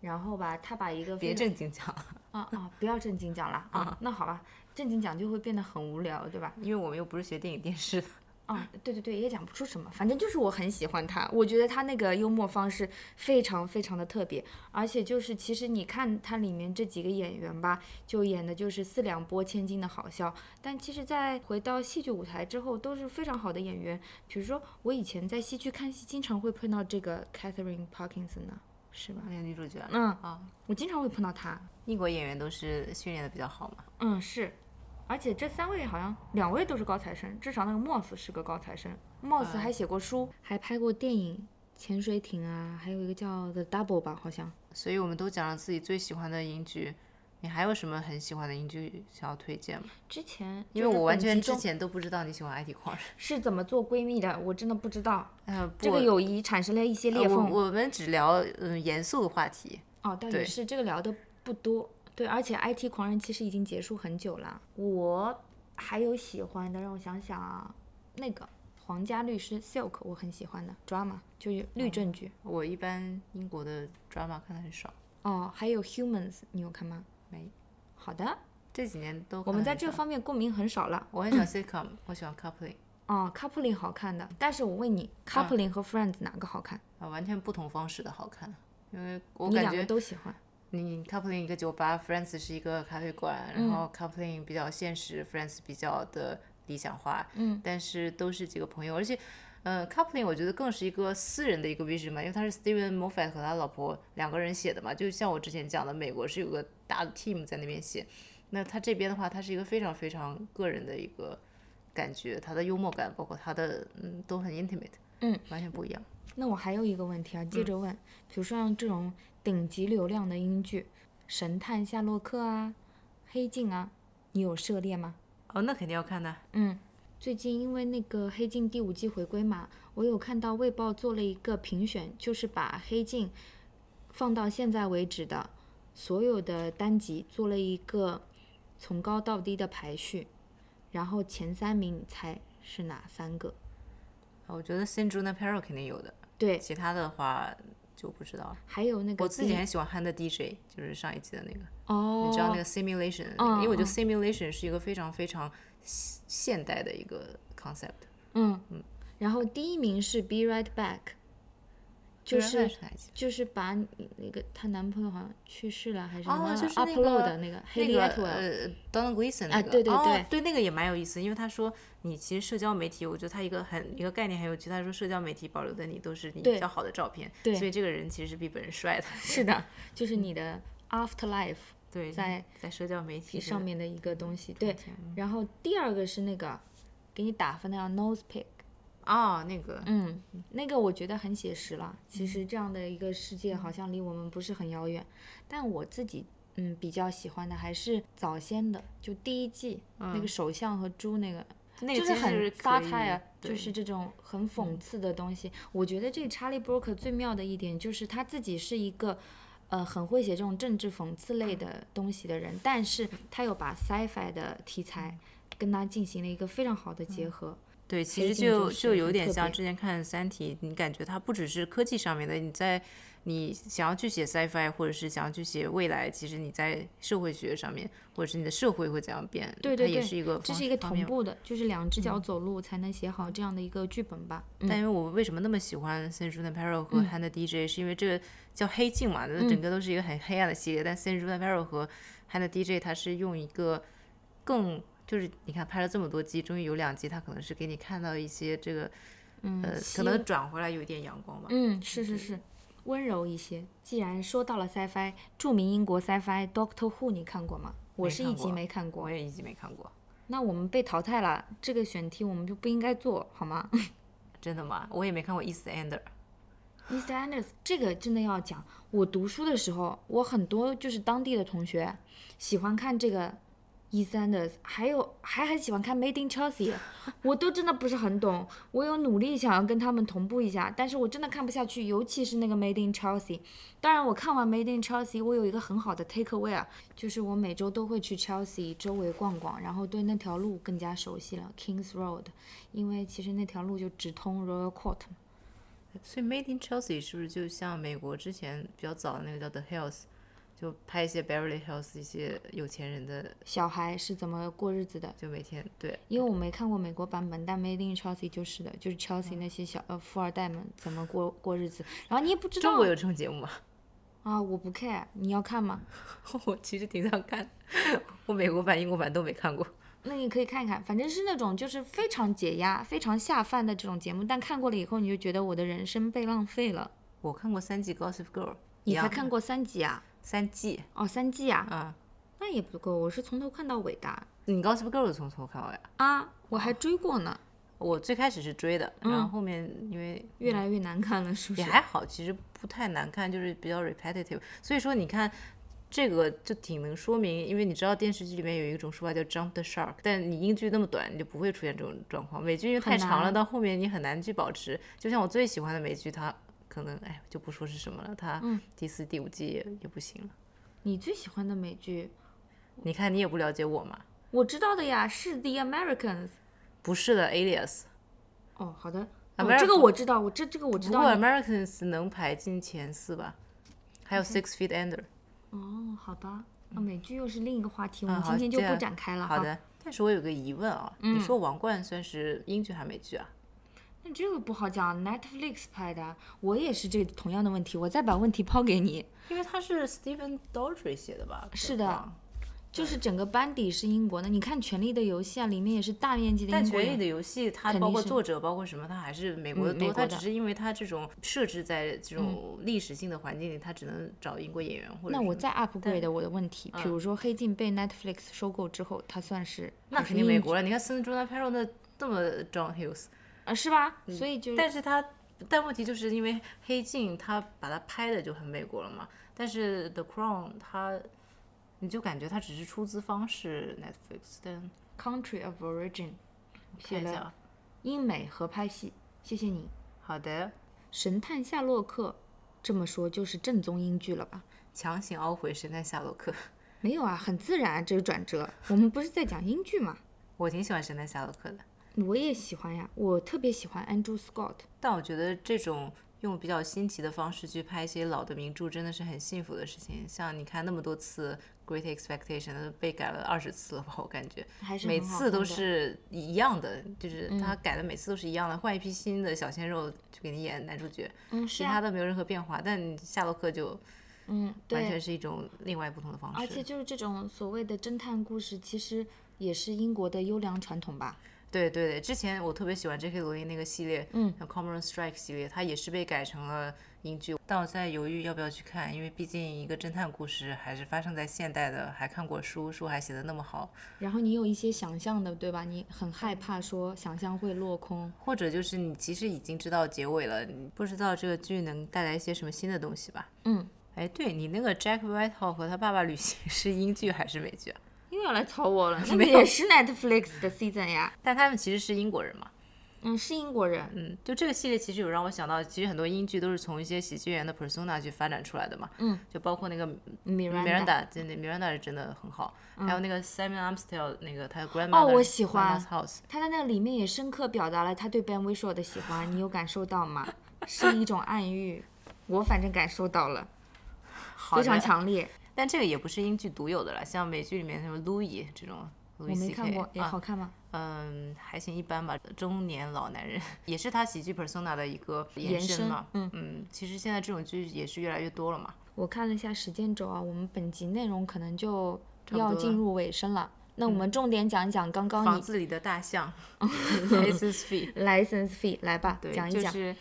然后吧，他把一个非
别
常
正啊经讲，
啊啊，不要正经讲了啊，那好吧，正经讲就会变得很无聊，对吧？
因为我们又不是学电影电视的。
啊、对对对，也讲不出什么，反正就是我很喜欢他，我觉得他那个幽默方式非常非常的特别，而且就是其实你看他里面这几个演员吧，就演的就是四两拨千斤的好笑，但其实，在回到戏剧舞台之后，都是非常好的演员。比如说我以前在戏剧看戏，经常会碰到这个 Catherine Parkinson 呢，是吧？
那个女主角，
嗯
啊，
我经常会碰到她，
英国演员都是训练的比较好嘛，
嗯是，而且这三位好像两位都是高材生，至少那个莫斯是个高材生，莫
嗯
斯还写过书，还拍过电影《潜水艇》啊，还有一个叫《The Double》吧，好像。
所以我们都讲了自己最喜欢的英剧。你还有什么很喜欢的英剧想要推荐吗？
之前
因为我完全之
之前
前都不知道你喜欢《爱 体狂人》
是怎么做闺蜜的，我真的不知道。
呃，
这
不
个友谊产生了一些裂
呃
缝。
我我们只聊嗯、严肃的话题。
哦，倒也
对
是，这个聊的不多。对，而且 IT 狂人其实已经结束很久了。我还有喜欢的，让我想想啊，那个皇家律师 Silk 我很喜欢的 drama，就是
哦
律政剧。
我一般英国的 drama 看的很少，
哦，还有 Humans，你有看吗？
没
好的，
这几年都
我们
看得
在
很
这
少
方面共鸣很少了。
我很喜欢 sitcom，我喜欢 coupling
哦，Coupling 好看的，但是我问你，Coupling 和 Friends 哪个好看？
啊，完全不同方式的好看，因为我
你
感
两个
觉
都喜欢。
你嗯 coupling 一个酒吧，Friends 是一个咖啡馆，然后 coupling 比较现实，Friends 比较的理想化，嗯，但是都是几个朋友，而且。呃，coupling 我觉得更是一个私人的一个 vision 嘛，因为他是 Steven Moffat 和他老婆两个人写的嘛，就像我之前讲的，美国是有个大的 team 在那边写，那他这边的话，他是一个非常非常个人的一个感觉，他的幽默感，包括他的嗯都很 intimate，
嗯，
完全不一样。
那我还有一个问题啊，接
嗯
着问，比如说像这种顶级流量的英剧，《神探夏洛克》啊，《黑镜》啊，你有涉猎吗？
哦，那肯定要看的，
嗯，最近因为那个《黑镜》第五季回归嘛，我有看到《卫报》做了一个评选，就是把《黑镜》放到现在为止的所有的单集做了一个从高到低的排序，然后前三名你猜是哪三个？
我觉得《Sin j u n i p e r o 肯定有的，
对，
其他的话就不知道了。
还有那个
我自己
第
很喜欢憨的 DJ，就是上一季的那个，
哦，
你知道那个 Simulation，、因为我觉
嗯
得 Simulation 是一个非常非常现现代的一个 concept，
嗯，然后第一名是 Be Right Back，就
不然
是
那哪一季
就是把你那个她男朋友好像去世了还是什
哦
么了、
就是那
upload
个
的那个
那
Haley
个
Atwell，
呃 Donald Gleason 那
啊
个，
对对对
哦、对那个也蛮有意思，因为他说你其实社交媒体，我觉得他一个很一个概念很有趣，他说社交媒体保留的你都是你
对
比较好的照片，
对
所以这个人其实是比本人帅的，
是的， 就是你的 Afterlife
对，
在
在社交媒体
上
面。
面的嗯一个东西。对
天，
然后第二个是那个给你打分的叫 Nose Pick，
哦，那个，
嗯，那个我觉得很写实了。其实这样的一个世界好像离我们不是很遥远，但我自己嗯比较喜欢的还是早先的，就第一季、那个首相和猪那个，
那个
就是
其实
很
是
撒
可以
开啊，就
对嗯
是这种很讽刺的东西。我觉得这查理布鲁克最妙的一点就是他自己是一个。呃，很会写这种政治讽刺类的东西的人，但是他又把 sci-fi 的题
嗯
材跟他进行了一个非常好的结合。
对，其实
进就
就是就有
很
点
特
像
别
之前看《三体》，你感觉它不只是科技上面的，你在你想要去写 sci-fi，或者是想要去写未来，其实你在社会学上面，或者是你的社会会怎样变，
对对
它
对，
也是一个
这
方
是一个
方
同
面。嗯
步的，就是两只脚走路才能写好这样的一个剧本吧。嗯，
但因为我为什么那么喜欢《San j u n i p e r o 和《Hand DJ》，是因为这个叫黑镜嘛，
嗯
那整个都是一个很黑暗的系列。但《San j u n i p e r o 和《Hand DJ》，它是用一个更就是你看拍了这么多集，终于有两集，它可能是给你看到一些这个呃，
嗯希
可能转回来有一点阳光吧。
嗯，是是是，温柔一些。既然说到了 sci-fi，著名英国 sci-fi Doctor Who 你看过吗？我
没
是
看
一集
过
没看过
我，也一集没看过，
那我们被淘汰了，这个选题我们就不应该做好吗
真的吗？我也没看过《East Ender》。
？Mr. Anders，这个真的要讲。我读书的时候，我很多就是当地的同学喜欢看这个 Mr. Anders，还有还很喜欢看 Made in Chelsea，我都真的不是很懂。我有努力想要跟他们同步一下，但是我真的看不下去，尤其是那个 Made in Chelsea。当然，我看完《Made in Chelsea》，我有一个很好的 take away 啊，就是我每周都会去 Chelsea 周围逛逛，然后对那条路更加熟悉了 Kings Road，因为其实那条路就直通 Royal Court 嘛。
所以《Made in Chelsea》是不是就像美国之前比较早的那个叫《The Hills》，就拍一些 Beverly Hills 一些有钱人的，
小孩是怎么过日子的。
就每天对，
因为我没看过美国版本，但 Made in Chelsea 就是的，就是 Chelsea 那些小呃富二代们怎么过过日子，然后你也不知道
中国有这种节目吗？
啊，我不 care，你要看吗？
我其实挺想看， 我美国版、英国版都没看过。
那你可以看一看，反正是那种就是非常解压、非常下饭的这种节目，但看过了以后，你就觉得我的人生被浪费了。
我看过三季《Gossip Girl》，
你
一样
才
的
看过三集啊？
三季？
哦，三季啊？
嗯，
那也不够，我是从头看到尾的
你《Gossip Girl》从头看完呀？
啊，我还追过呢，
我最开始是追的，然后后面因为
越来越难看了，是不
也
是？
还好，其实不太难看，就是比较 repetitive。所以说你看。这个就挺能说明，因为你知道电视剧里面有一种说法叫 “jump the shark”，但你英剧那么短，你就不会出现这种状况。美剧因为太
很
长了，
难
到后面你很难去保持。就像我最喜欢的美剧，它可能哎就不说是什么了，它
嗯
第四、第五季也也不行了。
你最喜欢的美剧，
你看你也不了解我嘛？
我知道的呀，是《The Americans》。
不是的，Alias。
哦，好的，
啊
哦
不是
这个我知道，我这这个我知
不过
道你。
Americans 能排进前四吧？还有
嗯
Six Feet Under。
哦，好吧，啊，美剧又是另一个话题，我
啊
们
嗯好
今天就
这
不
样
展开了。啊嗯
好，的，但是我有个疑问啊，你说《王冠》算是英剧还是美剧啊？
那这个不好讲，Netflix 拍的，我也是这个同样的问题，我再把问题抛给你，
因为它是 Stephen Daldry 写的吧？
是的就是整个班底是英国的，你看《权力的游戏》啊，里面也是大面积的
但《
英国
权力
人，
的游戏》它
肯定
包括
是
作者，包括什么，它还是美国的
嗯
多。
美国
它
的嗯
只是因为它这种设置在这种历史性的环境里，它只能找英国演员或者
那
什
我
么
再 upgrade 我的问题，
嗯
比如说《黑镜》被 Netflix 收购之后，它算是
那
也是
肯定美
英
国了。你看《森中的 p e r o 那这么 John Hughes，
啊，是吧？所以就是
嗯但是它，但问题就是因为《黑镜》它把它拍的就很美国了嘛，但是《The Crown》它，你就感觉它只是出资方是 Netflix，但
Country of Origin
看
写
一下
了
啊，
英美合拍戏，谢谢你，
好的，
《神探夏洛克》这么说就是正宗英剧了吧？
强行凹回神探夏洛克，
没有啊，很自然啊这个转折，我们不是在讲英剧嘛？
我挺喜欢神探夏洛克的，
我也喜欢呀，我特别喜欢 Andrew Scott。
但我觉得这种。用比较新奇的方式去拍一些老的名著，真的是很幸福的事情。像你看那么多次《Great Expectation》都被改了二十次了吧？我感觉，
还是
每
很好
次都
看的嗯
是一样的，就是他改的每次都是一样的，换一批新的小鲜肉就给你演男主角，
嗯
其
是
他
啊，
的没有任何变化。但夏洛克就
嗯
完全
对，
是一种另外不同的方
而且
式。
就是这种所谓的侦探故事，其实也是英国的优良传统吧。
对对对，之前我特别喜欢 J.K. 罗琳那个系列，
嗯
像《Cameron Strike》系列，它也是被改成了英剧，但我在犹豫要不要去看，因为毕竟一个侦探故事还是发生在现代的，还看过书，书还写的那么好，
然后你有一些想象的，对吧？你很害怕说想象会落空。
或者就是你其实已经知道结尾了，你不知道这个剧能带来一些什么新的东西吧？
嗯，
哎，对你那个 Jack Whitehall 和他爸爸旅行是英剧还是美剧啊？
又要来吵我了， 那个
没有
也是 Netflix 的 season 呀。
但他们其实是英国人嘛。
嗯，是英国人。
嗯，就这个系列其实有让我想到，其实很多英剧都是从一些喜剧演员的 persona 去发展出来的嘛。
嗯，
就包括那个
米
米
兰
兰
达。
达，真的米兰达是真的很好。还有那个 Simon Amstel 那个他的 grandmother，
嗯哦我喜欢
Grandma's House。
他在那里面也深刻表达了他对 Ben Whishaw 的喜欢，你有感受到吗？是一种暗喻，我反正感受到了，
好
非常
的
强烈。
但这个也不是英剧独有的了，像美剧里面什么 Louis 这种。我
我没看过，哎，
啊、
好看吗？
嗯，还行一般吧。中年老男人 也是他喜剧 persona 的一个延
延
伸
伸
嘛。
嗯
其实现在这种剧也是越来越多了嘛。
我看了一下时间轴啊，我们本集内容可能就
不多
要
了嗯
进入尾声了。那我们重点讲一讲刚刚
房
哦你
子里的大 象，License Fee，
license fee 来吧，
对，
讲一
就
讲。
是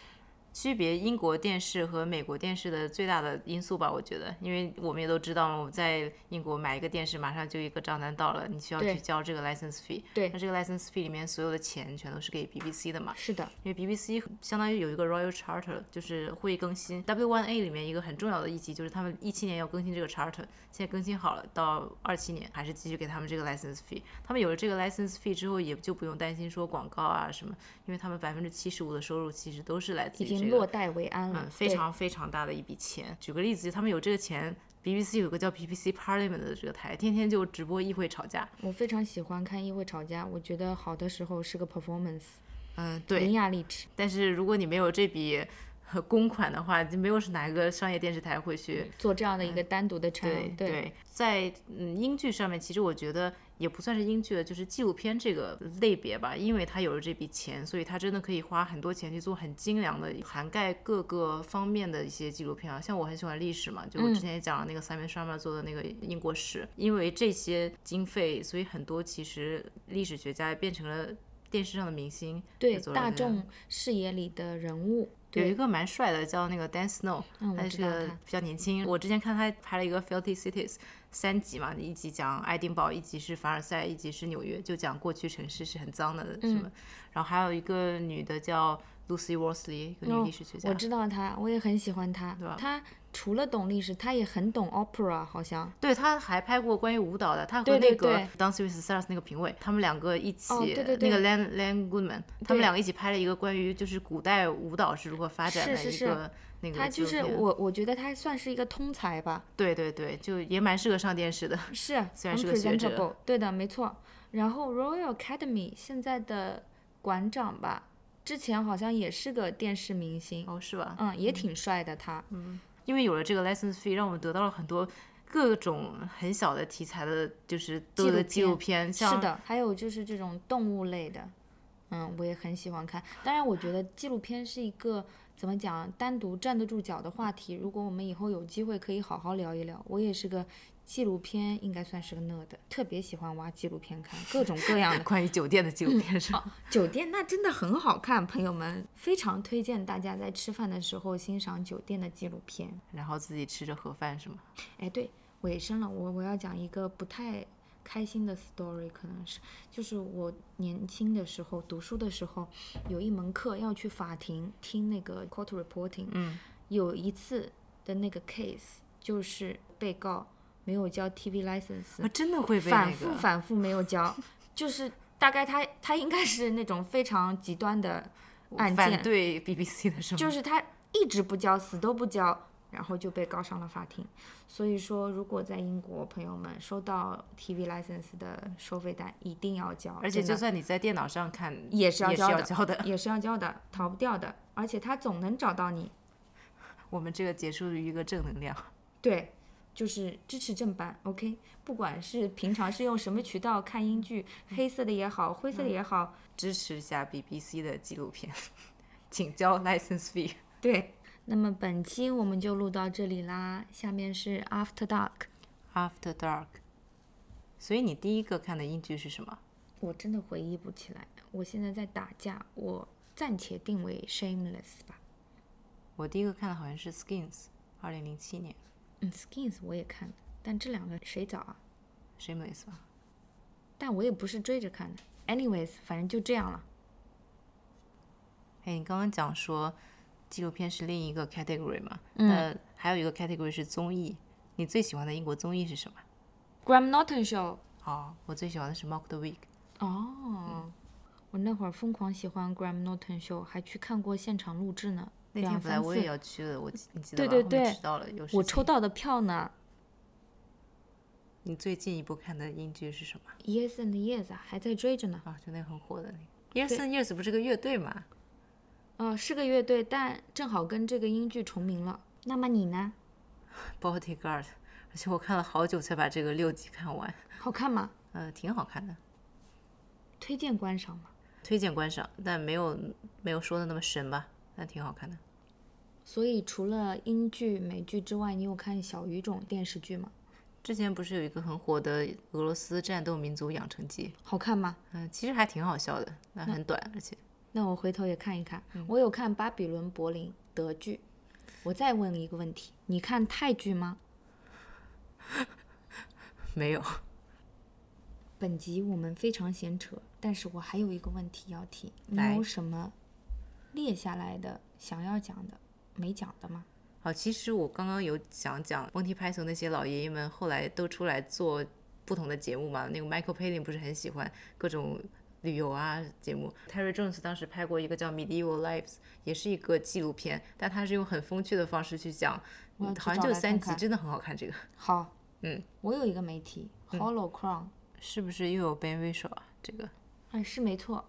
区别英国电视和美国电视的最大的因素吧，我觉得，因为我们也都知道，我在英国买一个电视，马上就一个账单到了，你需要
对
去交这个 license fee。
对
那这个 license fee 里面所有的钱全都是给 BBC 的嘛，
是的，
因为 BBC 相当于有一个 Royal Charter，就是会议更新。W1A 里面一个很重要的议题就是他们一七年要更新这个 Charter，现在更新好了，到二七年还是继续给他们这个 license fee。他们有了这个 license fee 之后，也就不用担心说广告啊什么，因为他们百分之七十五的收入其实都是来自
已
于这
经
个
落袋为安了，
嗯非
对
常非常大的一笔钱。举个例子，就他们有这个钱。BBC 有个叫 BBC Parliament 的这个台，天天就直播议会吵架。
我非常喜欢看议会吵架，我觉得好的时候是个 performance，
嗯，
伶
对。
牙俐齿。
但是如果你没有这笔 呃公款的话，就没有是哪个商业电视台会去
做这样的一个单独的 channel，、对
嗯对，在嗯英剧上面，其实我觉得也不算是英剧了，就是纪录片这个类别吧，因为它有了这笔钱，所以它真的可以花很多钱去做很精良的、涵盖各个方面的一些纪录片啊。像我很喜欢历史嘛，
嗯
就我之前也讲了那个 Simon Sharma 做的那个英国史，因为这些经费，所以很多其实历史学家也变成了电视上的明星，
对
也做了
大
这样
众视野里的人物，
有一
对，
个蛮帅的叫那个 Dan Snow，、
嗯我
他
知道
是
他嗯
比较年轻。我之前看他拍了一个《Filthy Cities》三集嘛，一集讲爱丁堡，一集是凡尔赛，一集是纽约，就讲过去城市是很脏的什
嗯
么。然后还有一个女的叫 Lucy Worsley，一个女历史学
哦
家。
我知道他，我也很喜欢他
对吧。
他除了懂历史，他也很懂 opera，好像
对，他还拍过关于舞蹈的，他和
对对
那个
对
Dance with Stars 那个评委，他们两个一起，
哦对对对
那个 Lan Lan Goodman，他
对
们两个一起拍了一个关于就是古代舞蹈是如何发展
是
的
是
一个
是
那个纪录片。
他就是我，我觉得他算是一个通才吧，
对对对，就也蛮适合上电视的。
是很
虽然是个学者
presentable，对的，没错。然后 Royal Academy 现在的馆长吧，之前好像也是个电视明星，
哦，是吧？
嗯，也挺帅的他，
因为有了这个 license fee，让我们得到了很多各种很小的题材的，就是多的纪录片，像
是的，还有就是这种动物类的，嗯，我也很喜欢看。当然，我觉得纪录片是一个怎么讲，单独站得住脚的话题。如果我们以后有机会可以好好聊一聊，我也是个纪录片，应该算是个 nerd，特别喜欢挖纪录片看，各种各样的。
关于酒店的纪录片是吧？
酒店那真的很好看，朋友们，非常推荐大家在吃饭的时候欣赏酒店的纪录片。
然后自己吃着盒饭是吗？
哎，对，尾声了，我我要讲一个不太开心的 story，可能是就是我年轻的时候读书的时候，有一门课要去法庭听那个 court reporting，
嗯，
有一次的那个 case 就是被告没有交 TV license，
我真的会被啊那
反复
个
反复没有交，就是大概他他应该是那种非常极端的案
反
件，
对 BBC 的是吗？
就是他一直不交，死都不交，然后就被告上了法庭。所以说，如果在英国朋友们收到 TV license 的收费单，一定要交，
而且
真的
就算你在电脑上看，
也是要
也是
交
要
的，
交的。
也是要交的，逃不掉的。而且他总能找到你，
我们这个结束于一个正能量。
对，就是支持正版，OK。不管是平常是用什么渠道看英剧，黑色的也好，灰色的也好，
支持一下 BBC 的纪录片， 请交 license fee。
对。那么本期我们就录到这里啦，下面是 After Dark。
After Dark。所以你第一个看的英剧是什么？
我真的回忆不起来。我现在在打架，我暂且定为 Shameless 吧。
我第一个看的好像是 Skins，二零零七年
嗯，Skins 我也看了，但这两个谁早啊？
，Shameless 吧。
但我也不是追着看的。Anyways，反正就这样了。
哎，你刚刚讲说纪录片是另一个 category 嘛？
嗯
那还有一个 category 是综艺。你最喜欢的英国综艺是什么？
Graham Norton Show。
哦，我最喜欢的是 Mock the Week。
哦，我那会儿疯狂喜欢 Graham Norton Show，还去看过现场录制呢，
那天
两
本来
三
我也
次。
要去的，我记你记得
对
吧？
对
后面
对
迟到了，有事
我
情
抽到的票呢
你最近一部看的英剧是什么？
，Yes and Yes 啊还在追着呢。
啊，就那个很火的那个。Years and Years 不是个乐队嘛？
呃，是个乐队，但正好跟这个英剧重名了。那么你呢？
Bodyguard，而且我看了好久才把这个六集看完，
好看吗？
呃，挺好看的，
推荐观赏吗？
推荐观赏，但没有没有说的那么神吧，但挺好看的。
所以除了英剧、美剧之外，你有看小语种电视剧吗？
之前不是有一个很火的俄罗斯战斗民族养成记，
好看吗？
嗯、其实还挺好笑的，那很短，而且
那我回头也看一看。
嗯
我有看《巴比伦柏林》德剧。我再问一个问题，你看泰剧吗？
没有。
本集我们非常闲扯，但是我还有一个问题要提，你
来
有什么列下来的想要讲的没讲的吗？
好，其实我刚刚有想讲蒙提派森那些老爷爷们后来都出来做不同的节目嘛，那个 Michael Palin 不是很喜欢各种旅游啊节目，Terry Jones 当时拍过一个叫《Medieval Lives》，也是一个纪录片，但他是用很风趣的方式去讲，
我要去
好像
找
就
来
三
看
集，
看
真的很好看。这个
好，
嗯，
我有一个媒体《Hollow Crown》，
是不是又有 Ben Whishaw 啊？这个，
哎，是没错，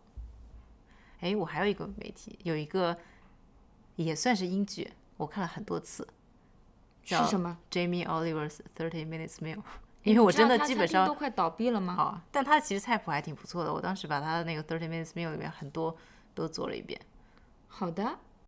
哎，我还有一个媒体，有一个也算是英剧，我看了很多次。
是什么哎
？Jamie Oliver's Thirty Minutes Meal，因为我真的基本上
都快倒闭了吗？
好，啊但它其实菜谱还挺不错的。我当时把它的那个 Thirty Minutes Meal 里面很多都做了一遍。
好的，